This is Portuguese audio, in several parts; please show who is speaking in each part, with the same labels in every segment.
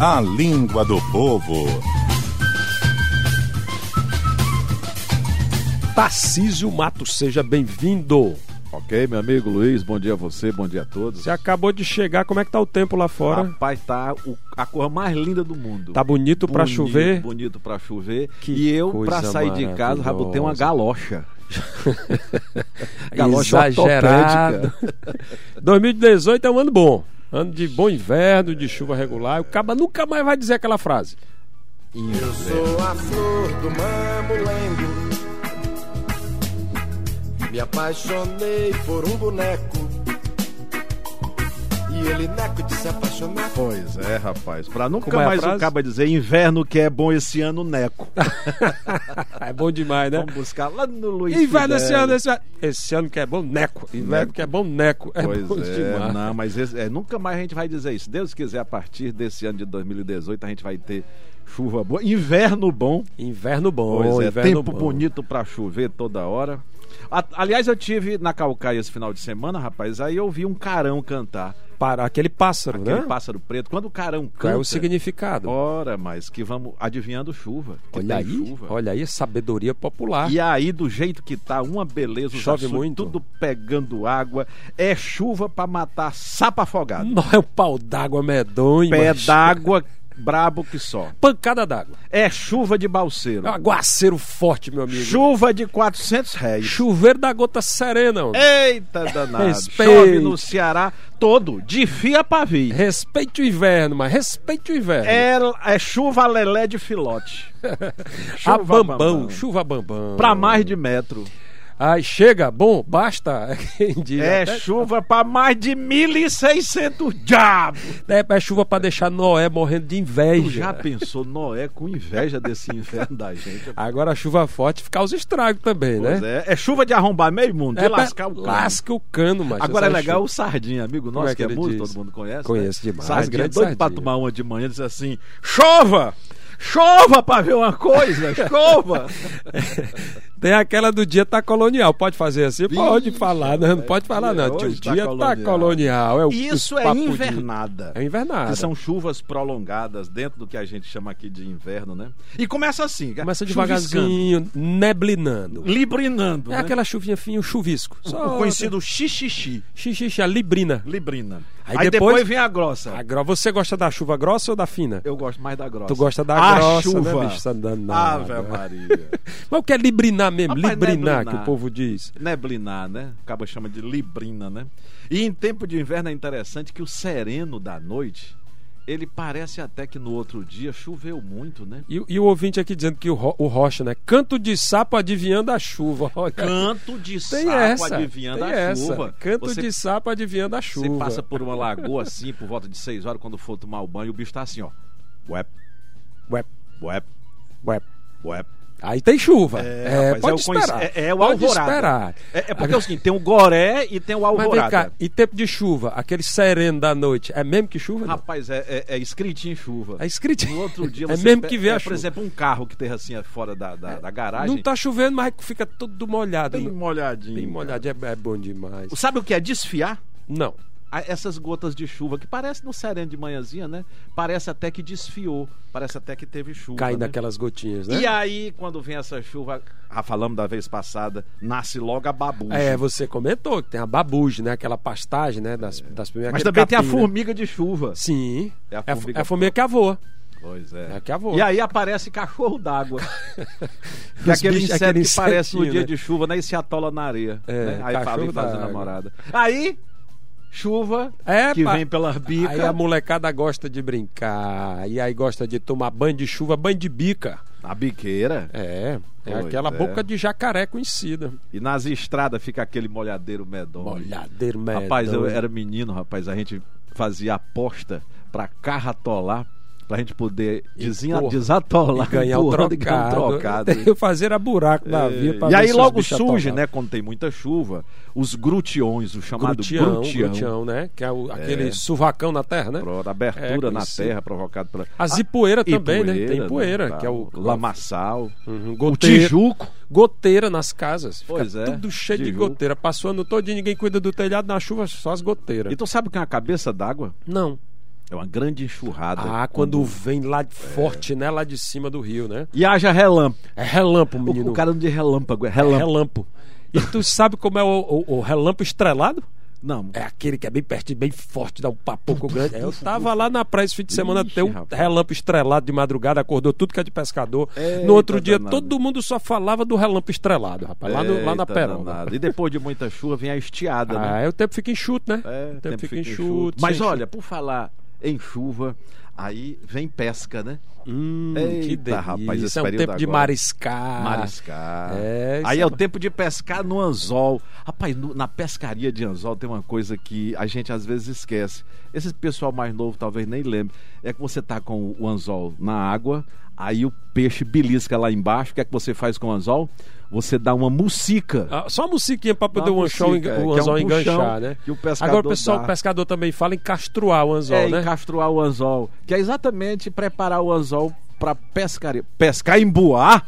Speaker 1: A língua do povo.
Speaker 2: Tarcísio Matos, seja bem-vindo.
Speaker 3: Ok, meu amigo Luiz, bom dia a você, bom dia a todos.
Speaker 2: Você acabou de chegar, como é que tá o tempo lá fora?
Speaker 3: Rapaz, tá o- a cor mais linda do mundo.
Speaker 2: Tá bonito pra
Speaker 3: Bonito,
Speaker 2: chover?
Speaker 3: Bonito pra chover.
Speaker 2: Que
Speaker 3: e eu, pra
Speaker 2: coisa
Speaker 3: sair de casa, já botei uma
Speaker 2: maravilhosa.
Speaker 3: galocha.
Speaker 2: Exagerado.
Speaker 3: ortopédica.
Speaker 2: 2018 é um ano bom. Ano de bom inverno, de chuva regular. O Caba nunca mais vai dizer aquela frase.
Speaker 4: Eu sou a flor do mamulengo. Me apaixonei por um boneco. E ele neco de se apaixonar.
Speaker 3: Pois é, rapaz. Pra nunca
Speaker 2: Como é a
Speaker 3: mais
Speaker 2: frase?
Speaker 3: o caba dizer inverno que é bom esse ano, neco.
Speaker 2: É bom demais, né?
Speaker 3: Vamos buscar lá no Luiz.
Speaker 2: E vai nesse
Speaker 3: Fidel.
Speaker 2: ano, esse ano. Esse ano que é bom, neco. E neco que é bom, neco. É
Speaker 3: Pois
Speaker 2: bom
Speaker 3: é,
Speaker 2: demais.
Speaker 3: não, mas esse- é, nunca mais a gente vai dizer isso. Deus quiser, a partir desse ano de 2018, a gente vai ter chuva boa, inverno bom,
Speaker 2: Inverno bom,
Speaker 3: Pois é,
Speaker 2: inverno
Speaker 3: tempo
Speaker 2: bom.
Speaker 3: bonito pra chover toda hora. A- aliás, eu tive na Calcaia esse final de semana, rapaz, aí eu vi um carão cantar.
Speaker 2: Para aquele pássaro,
Speaker 3: Aquele
Speaker 2: né?
Speaker 3: pássaro preto. Quando o carão canta.
Speaker 2: Qual é o significado?
Speaker 3: Ora, mas que vamos adivinhando chuva. que
Speaker 2: olha
Speaker 3: tem
Speaker 2: aí,
Speaker 3: chuva.
Speaker 2: olha aí, sabedoria popular.
Speaker 3: E aí, do jeito que tá, uma beleza, os
Speaker 2: Chove
Speaker 3: açudes,
Speaker 2: muito?
Speaker 3: tudo pegando água. É chuva pra matar sapo afogado.
Speaker 2: Não é um pau d'água medonho.
Speaker 3: Pé
Speaker 2: mas-
Speaker 3: d'água brabo que só.
Speaker 2: Pancada d'água.
Speaker 3: É chuva de balseiro.
Speaker 2: É um aguaceiro forte, meu amigo.
Speaker 3: Chuva de 400 réis.
Speaker 2: Chuveiro da gota serena.
Speaker 3: É.
Speaker 2: homem.
Speaker 3: Eita danado.
Speaker 2: Respeite.
Speaker 3: Chove no Ceará todo, de fia pra vi.
Speaker 2: Respeite o inverno, mas respeite o inverno.
Speaker 3: É, é chuva lelé de filote.
Speaker 2: a
Speaker 3: Chuva
Speaker 2: bambão, chuva bambão.
Speaker 3: Pra mais de metro.
Speaker 2: Ai, chega, bom, basta. Quem diz, né?
Speaker 3: É
Speaker 2: até-
Speaker 3: chuva pra mais de 1.600 diabo.
Speaker 2: é, é chuva pra deixar Noé morrendo de
Speaker 3: Tu
Speaker 2: inveja.
Speaker 3: já pensou Noé com inveja desse inferno da gente?
Speaker 2: Agora a chuva forte fica os estragos também,
Speaker 3: Pois
Speaker 2: né?
Speaker 3: é. é chuva de arrombar meio mundo, de
Speaker 2: É pra-
Speaker 3: lascar o cano.
Speaker 2: Lasca o cano, mas
Speaker 3: Agora é
Speaker 2: essa
Speaker 3: legal
Speaker 2: chuva-
Speaker 3: o Sardinha, amigo
Speaker 2: Como
Speaker 3: nosso,
Speaker 2: é que
Speaker 3: que, é
Speaker 2: ele
Speaker 3: músico,
Speaker 2: diz?
Speaker 3: todo mundo conhece.
Speaker 2: Conheço
Speaker 3: né?
Speaker 2: demais,
Speaker 3: Sardinha,
Speaker 2: grande
Speaker 3: doido pra
Speaker 2: Sardinha.
Speaker 3: tomar uma de manhã, diz assim: chova! Chova pra ver uma coisa, chova!
Speaker 2: Tem aquela do dia tá colonial. Pode fazer assim? pode falar, né? Não pode falar, não.
Speaker 3: hoje
Speaker 2: O
Speaker 3: tá
Speaker 2: dia tá
Speaker 3: colonial.
Speaker 2: colonial. É o,
Speaker 3: Isso
Speaker 2: os
Speaker 3: é
Speaker 2: papo de-
Speaker 3: invernada.
Speaker 2: É invernada.
Speaker 3: Que são chuvas prolongadas dentro do que a gente chama aqui de inverno, né? E começa assim,
Speaker 2: Começa
Speaker 3: chuviscando,
Speaker 2: devagarzinho, neblinando.
Speaker 3: Librinando.
Speaker 2: É
Speaker 3: né?
Speaker 2: aquela chuvinha fina, um chuvisco.
Speaker 3: O conhecido xixixi,
Speaker 2: xixi, a librina.
Speaker 3: librina.
Speaker 2: Aí
Speaker 3: Aí,
Speaker 2: depois-
Speaker 3: depois... vem a grossa.
Speaker 2: A gro- Você gosta da chuva grossa ou da fina?
Speaker 3: Ah, Eu gosto mais da grossa.
Speaker 2: Tu gosta da
Speaker 3: a
Speaker 2: grossa,
Speaker 3: chuva.
Speaker 2: né, bicho? Tá danado.
Speaker 3: Ave Maria.
Speaker 2: Mas o que é librinar mesmo?
Speaker 3: Rapaz,
Speaker 2: librinar,
Speaker 3: neblinar.
Speaker 2: que o povo diz.
Speaker 3: Neblinar, né? O cabo chama de librina, né? E em tempo de inverno é interessante que o sereno da noite, ele parece até que no outro dia choveu muito, né?
Speaker 2: E, e o ouvinte aqui dizendo que o, Ro- o Rocha, né? Canto de sapo adivinhando a chuva. Olha.
Speaker 3: Canto de
Speaker 2: Tem
Speaker 3: sapo
Speaker 2: essa.
Speaker 3: adivinhando
Speaker 2: tem
Speaker 3: a
Speaker 2: essa.
Speaker 3: chuva.
Speaker 2: Canto
Speaker 3: você,
Speaker 2: de sapo adivinhando a chuva.
Speaker 3: Você passa por uma lagoa assim, por volta de 6 horas, quando for tomar o banho, o bicho tá assim, ó. Uep,
Speaker 2: Ué,
Speaker 3: uep,
Speaker 2: ué.
Speaker 3: uep.
Speaker 2: Aí tem chuva. É,
Speaker 3: rapaz,
Speaker 2: pode
Speaker 3: o conhec-
Speaker 2: esperar.
Speaker 3: É, é o
Speaker 2: pode
Speaker 3: alvorada.
Speaker 2: esperar.
Speaker 3: É, é porque é o seguinte, tem o goré e tem o
Speaker 2: Mas vem cá,
Speaker 3: alvorada.
Speaker 2: e tempo de chuva, aquele sereno da noite, é mesmo que chuva? não?
Speaker 3: Rapaz, é, é, é escritinho em chuva.
Speaker 2: É escritinho.
Speaker 3: No outro dia
Speaker 2: é
Speaker 3: você
Speaker 2: mesmo
Speaker 3: pe-
Speaker 2: que vê
Speaker 3: é,
Speaker 2: a
Speaker 3: Por
Speaker 2: chuva.
Speaker 3: exemplo, um carro que tem assim fora da, da, da garagem.
Speaker 2: não tá chovendo, mas fica tudo molhado. né?
Speaker 3: bem
Speaker 2: Bem,
Speaker 3: molhadinho.
Speaker 2: molhado, é, é bom demais.
Speaker 3: cara. Sabe o que é desfiar?
Speaker 2: Não.
Speaker 3: A- Essas gotas de chuva que parece no sereno de manhãzinha, né? Parece até que desfiou, parece até que teve chuva.
Speaker 2: Cai
Speaker 3: né?
Speaker 2: naquelas gotinhas, né?
Speaker 3: E aí, quando vem essa chuva, ah, falamos da vez passada, nasce logo a babucha.
Speaker 2: É, você comentou que tem a babuja, né? Aquela pastagem, né? Das, das primeiras
Speaker 3: Mas
Speaker 2: aquele
Speaker 3: também tem a
Speaker 2: capim, né?
Speaker 3: formiga de chuva.
Speaker 2: Sim.
Speaker 3: É
Speaker 2: É
Speaker 3: a
Speaker 2: a, fu-
Speaker 3: formiga-
Speaker 2: é a formiga que avoa.
Speaker 3: Pois é.
Speaker 2: É a que avoa.
Speaker 3: E aí aparece cachorro d'água. que é
Speaker 2: Os
Speaker 3: aquele
Speaker 2: bichos-
Speaker 3: inseto
Speaker 2: aquele
Speaker 3: que parece no
Speaker 2: insetinho,
Speaker 3: dia
Speaker 2: né?
Speaker 3: de chuva, né? E se atola na areia.
Speaker 2: É,
Speaker 3: né? Aí fala
Speaker 2: cachorro
Speaker 3: e faz a
Speaker 2: d'água.
Speaker 3: namorada. Aí, chuva
Speaker 2: É,
Speaker 3: que
Speaker 2: pá.
Speaker 3: vem pelas bicas.
Speaker 2: Aí a molecada gosta de brincar, e aí gosta de tomar banho de chuva, banho de bica.
Speaker 3: A biqueira.
Speaker 2: É, é
Speaker 3: Pois
Speaker 2: aquela
Speaker 3: é.
Speaker 2: boca de jacaré conhecida.
Speaker 3: E nas estradas fica aquele molhadeiro medonho.
Speaker 2: Molhadeiro medonho.
Speaker 3: Rapaz, eu era menino, rapaz. A gente fazia aposta pra carro atolar. Pra gente poder desin-
Speaker 2: porra,
Speaker 3: desatolar
Speaker 2: E ganhar o
Speaker 3: empurrando
Speaker 2: trocado.
Speaker 3: e ganhar um trocado. É.
Speaker 2: Eu fazia buraco na via pra
Speaker 3: E
Speaker 2: ver
Speaker 3: aí
Speaker 2: se os
Speaker 3: logo
Speaker 2: bichos
Speaker 3: surge,
Speaker 2: atomavam.
Speaker 3: né, quando tem muita chuva, os grutiões, o chamado
Speaker 2: Grutião,
Speaker 3: grutião.
Speaker 2: grutião, né? Que é o- aquele survacão na terra, né?
Speaker 3: Pronto,
Speaker 2: É,
Speaker 3: abertura na
Speaker 2: conhecido.
Speaker 3: terra provocada pela.
Speaker 2: A zipoeira
Speaker 3: Ah, e
Speaker 2: também, né? Tem poeira,
Speaker 3: tal.
Speaker 2: que é o...
Speaker 3: Lamaçal.
Speaker 2: Uhum,
Speaker 3: O
Speaker 2: goteira,
Speaker 3: Tijuco.
Speaker 2: goteira nas casas. Fica
Speaker 3: Pois é,
Speaker 2: tudo cheio de
Speaker 3: Tijuco.
Speaker 2: goteira.
Speaker 3: Então
Speaker 2: Passou ano todo e ninguém cuida do telhado, na chuva só as goteiras.
Speaker 3: E tu É. sabe o que é uma cabeça d'água?
Speaker 2: Não.
Speaker 3: É uma grande enxurrada.
Speaker 2: Ah, quando vem lá de forte, né? Lá de cima do rio, né?
Speaker 3: E haja relâmpago.
Speaker 2: É relâmpago,
Speaker 3: O-
Speaker 2: menino.
Speaker 3: O cara não diz relâmpago, é
Speaker 2: É
Speaker 3: relâmpago.
Speaker 2: relâmpago. E tu sabe como é o, o- o relâmpago estrelado?
Speaker 3: Não.
Speaker 2: É aquele que é bem pertinho, bem forte, dá um papoco grande. Eu tava lá na praia esse fim de semana,
Speaker 3: Ixi,
Speaker 2: tem um
Speaker 3: rapaz.
Speaker 2: relâmpago estrelado de madrugada, acordou tudo que é de pescador. no outro
Speaker 3: Eita,
Speaker 2: dia,
Speaker 3: danado.
Speaker 2: todo mundo só falava do relâmpago estrelado, rapaz, lá, no- lá na
Speaker 3: Eita,
Speaker 2: Peroba.
Speaker 3: danado. E depois de muita chuva vem a estiada, né?
Speaker 2: Ah, aí o tempo fica enxuto, né?
Speaker 3: É,
Speaker 2: o tempo, fica enxuto.
Speaker 3: Mas
Speaker 2: sem
Speaker 3: olha, por falar em chuva, aí vem pesca, né?
Speaker 2: Hum, que
Speaker 3: Eita,
Speaker 2: delícia.
Speaker 3: rapaz, esse
Speaker 2: é um
Speaker 3: período
Speaker 2: tempo de
Speaker 3: agora.
Speaker 2: mariscar.
Speaker 3: Mariscar.
Speaker 2: Ah, é, isso
Speaker 3: aí é,
Speaker 2: é
Speaker 3: o
Speaker 2: bom.
Speaker 3: tempo de pescar no anzol. Rapaz, no- na pescaria de anzol tem uma coisa que a gente às vezes esquece. Esse pessoal mais novo talvez nem lembre. É que você tá com o anzol na água, aí o peixe belisca lá embaixo. O que é que você faz com o anzol? Você dá uma mucica.
Speaker 2: Ah, Só a musiquinha pra poder
Speaker 3: Dá uma
Speaker 2: o anzol,
Speaker 3: musiquinha, que
Speaker 2: engan- o
Speaker 3: é um
Speaker 2: anzol
Speaker 3: puxão
Speaker 2: enganchar, né?
Speaker 3: que o pescador
Speaker 2: Agora o pessoal,
Speaker 3: dá.
Speaker 2: o pescador também fala em castruar o anzol,
Speaker 3: é
Speaker 2: né?
Speaker 3: encastruar o anzol, que é exatamente preparar o anzol para pescaria. Pescar em buá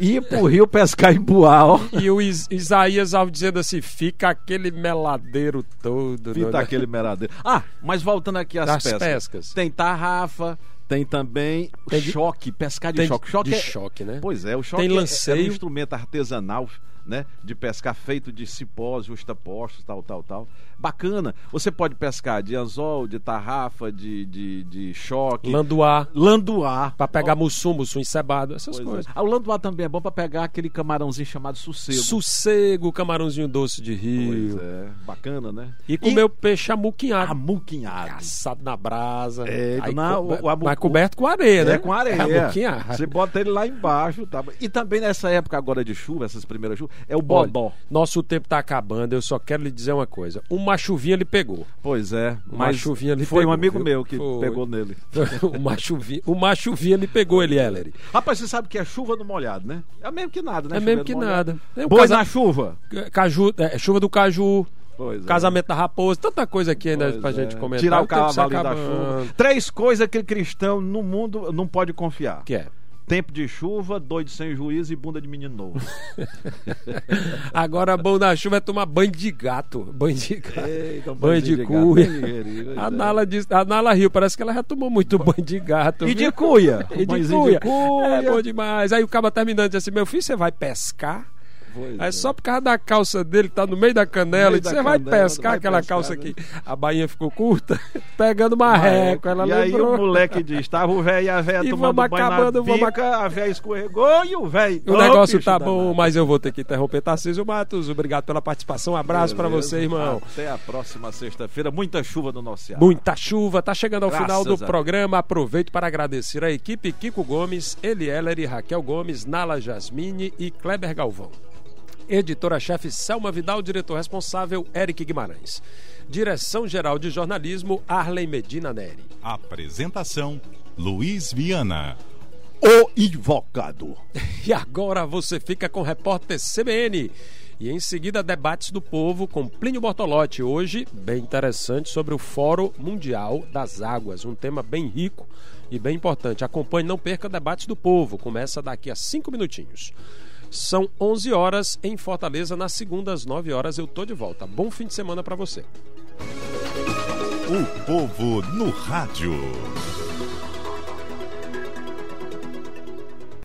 Speaker 3: e ir
Speaker 2: É.
Speaker 3: pro rio pescar em buá, ó.
Speaker 2: E o Is- Isaías Alves dizendo assim: fica aquele meladeiro todo.
Speaker 3: Fita
Speaker 2: né?
Speaker 3: aquele meradeiro. Ah, mas voltando aqui às
Speaker 2: Das
Speaker 3: pescas.
Speaker 2: pescas.
Speaker 3: Tem tarrafa, tem também
Speaker 2: Tem de-
Speaker 3: choque, pescar de
Speaker 2: tem de-
Speaker 3: choque. choque
Speaker 2: de
Speaker 3: é-
Speaker 2: choque, né?
Speaker 3: Pois é, o choque
Speaker 2: Tem
Speaker 3: é-
Speaker 2: lanceio.
Speaker 3: é um instrumento artesanal, né? De pescar feito de cipós, justapostos, tal, tal, tal. Bacana. Você pode pescar de anzol, de tarrafa, de, de, de choque.
Speaker 2: Landuá,
Speaker 3: Landuá.
Speaker 2: pra pegar mussum, mussum encebado, essas
Speaker 3: Pois é.
Speaker 2: coisas.
Speaker 3: Ah, o landuá também é bom pra pegar aquele camarãozinho chamado sossego.
Speaker 2: Sossego, camarãozinho doce de
Speaker 3: Pois
Speaker 2: rio.
Speaker 3: é, bacana, né?
Speaker 2: E comer o peixe amuquinhado.
Speaker 3: amuquinhado.
Speaker 2: Assado na brasa.
Speaker 3: É,
Speaker 2: aí,
Speaker 3: na-
Speaker 2: co-
Speaker 3: o- o amu-
Speaker 2: mas coberto com areia, né?
Speaker 3: É com areia.
Speaker 2: Amuquinhado.
Speaker 3: Você bota ele lá embaixo, tá? E também nessa época agora de chuva, essas primeiras chuvas, é o bodó.
Speaker 2: Olha, nosso tempo tá acabando, eu só quero lhe dizer uma coisa. Uma chuvinha ele pegou.
Speaker 3: Pois é,
Speaker 2: Uma
Speaker 3: mas
Speaker 2: chuvinha ali
Speaker 3: foi um
Speaker 2: pegou,
Speaker 3: amigo
Speaker 2: viu?
Speaker 3: meu que
Speaker 2: Foi.
Speaker 3: pegou nele.
Speaker 2: uma chuvinha, uma chuvinha ele pegou ele, Ellery.
Speaker 3: Rapaz, você sabe que é chuva no molhado, né? É mesmo que nada, né?
Speaker 2: É
Speaker 3: Chuveiro
Speaker 2: mesmo que
Speaker 3: molhado.
Speaker 2: nada. Tem um
Speaker 3: Boi
Speaker 2: casa-
Speaker 3: na chuva.
Speaker 2: Caju, é, chuva do caju,
Speaker 3: Pois é.
Speaker 2: Um casamento da raposa, tanta coisa aqui ainda
Speaker 3: Pois
Speaker 2: pra
Speaker 3: é.
Speaker 2: gente comentar.
Speaker 3: Tirar o
Speaker 2: tempo se
Speaker 3: cavalo da
Speaker 2: acabando.
Speaker 3: chuva. Três coisas que cristão no mundo não pode confiar.
Speaker 2: Que é.
Speaker 3: Tempo de chuva, doido sem juízo e bunda de menino novo.
Speaker 2: Agora, bom da chuva é tomar banho de gato. Banho de gato.
Speaker 3: Eita, um
Speaker 2: banho de,
Speaker 3: banho de gato,
Speaker 2: cuia. Ah,
Speaker 3: hein, querido?
Speaker 2: a, Nala diz, a Nala riu, parece que ela já tomou muito banho de gato.
Speaker 3: E de
Speaker 2: viu?
Speaker 3: cuia.
Speaker 2: E de
Speaker 3: Banhozinho
Speaker 2: cuia.
Speaker 3: cuia.
Speaker 2: É bom demais. Aí o caba terminando disse assim: meu filho, você vai pescar?
Speaker 3: Pois
Speaker 2: É só por causa da calça dele, tá no meio da canela.
Speaker 3: No meio
Speaker 2: e disse,
Speaker 3: da
Speaker 2: Você vai
Speaker 3: canela,
Speaker 2: pescar
Speaker 3: vai
Speaker 2: aquela
Speaker 3: pescar,
Speaker 2: calça
Speaker 3: né?"
Speaker 2: que a bainha ficou curta, pegando marreco. Ela
Speaker 3: e
Speaker 2: lembrou.
Speaker 3: aí o moleque diz, tava o velho e a velha
Speaker 2: E
Speaker 3: tomando
Speaker 2: vamos
Speaker 3: banho
Speaker 2: acabando,
Speaker 3: na
Speaker 2: vamos
Speaker 3: pica, a velha escorregou e o velho...
Speaker 2: O
Speaker 3: Ô,
Speaker 2: negócio
Speaker 3: bicho
Speaker 2: tá
Speaker 3: danado.
Speaker 2: bom, mas eu vou ter que interromper. Tarcísio Matos, obrigado pela participação. Um abraço pra
Speaker 3: Beleza. Ah.
Speaker 2: você, irmão.
Speaker 3: Até a próxima sexta-feira. Muita chuva no nosso Ceará.
Speaker 2: Muita chuva, tá chegando ao
Speaker 3: Graças
Speaker 2: final
Speaker 3: a
Speaker 2: do
Speaker 3: Deus.
Speaker 2: programa. Aproveito para agradecer a equipe Kiko Gomes, Elieler e Raquel Gomes, Nala Jasmine e Kleber Galvão. Editora-chefe Selma Vidal, diretor responsável Eric Guimarães. Direção-geral de jornalismo Arlen Medina Neri.
Speaker 1: Apresentação: Luiz Viana.
Speaker 3: O invocado.
Speaker 2: E agora você fica com o repórter CBN. E em seguida, debates do povo com Plínio Bortolotti. Hoje, bem interessante, sobre o Fórum Mundial das Águas. Um tema bem rico e bem importante. Acompanhe, não perca debates do povo. Começa daqui a cinco minutinhos. São 11 horas em Fortaleza. Na segunda, às 9 horas, eu tô de volta. Bom fim de semana para você.
Speaker 1: O povo no rádio.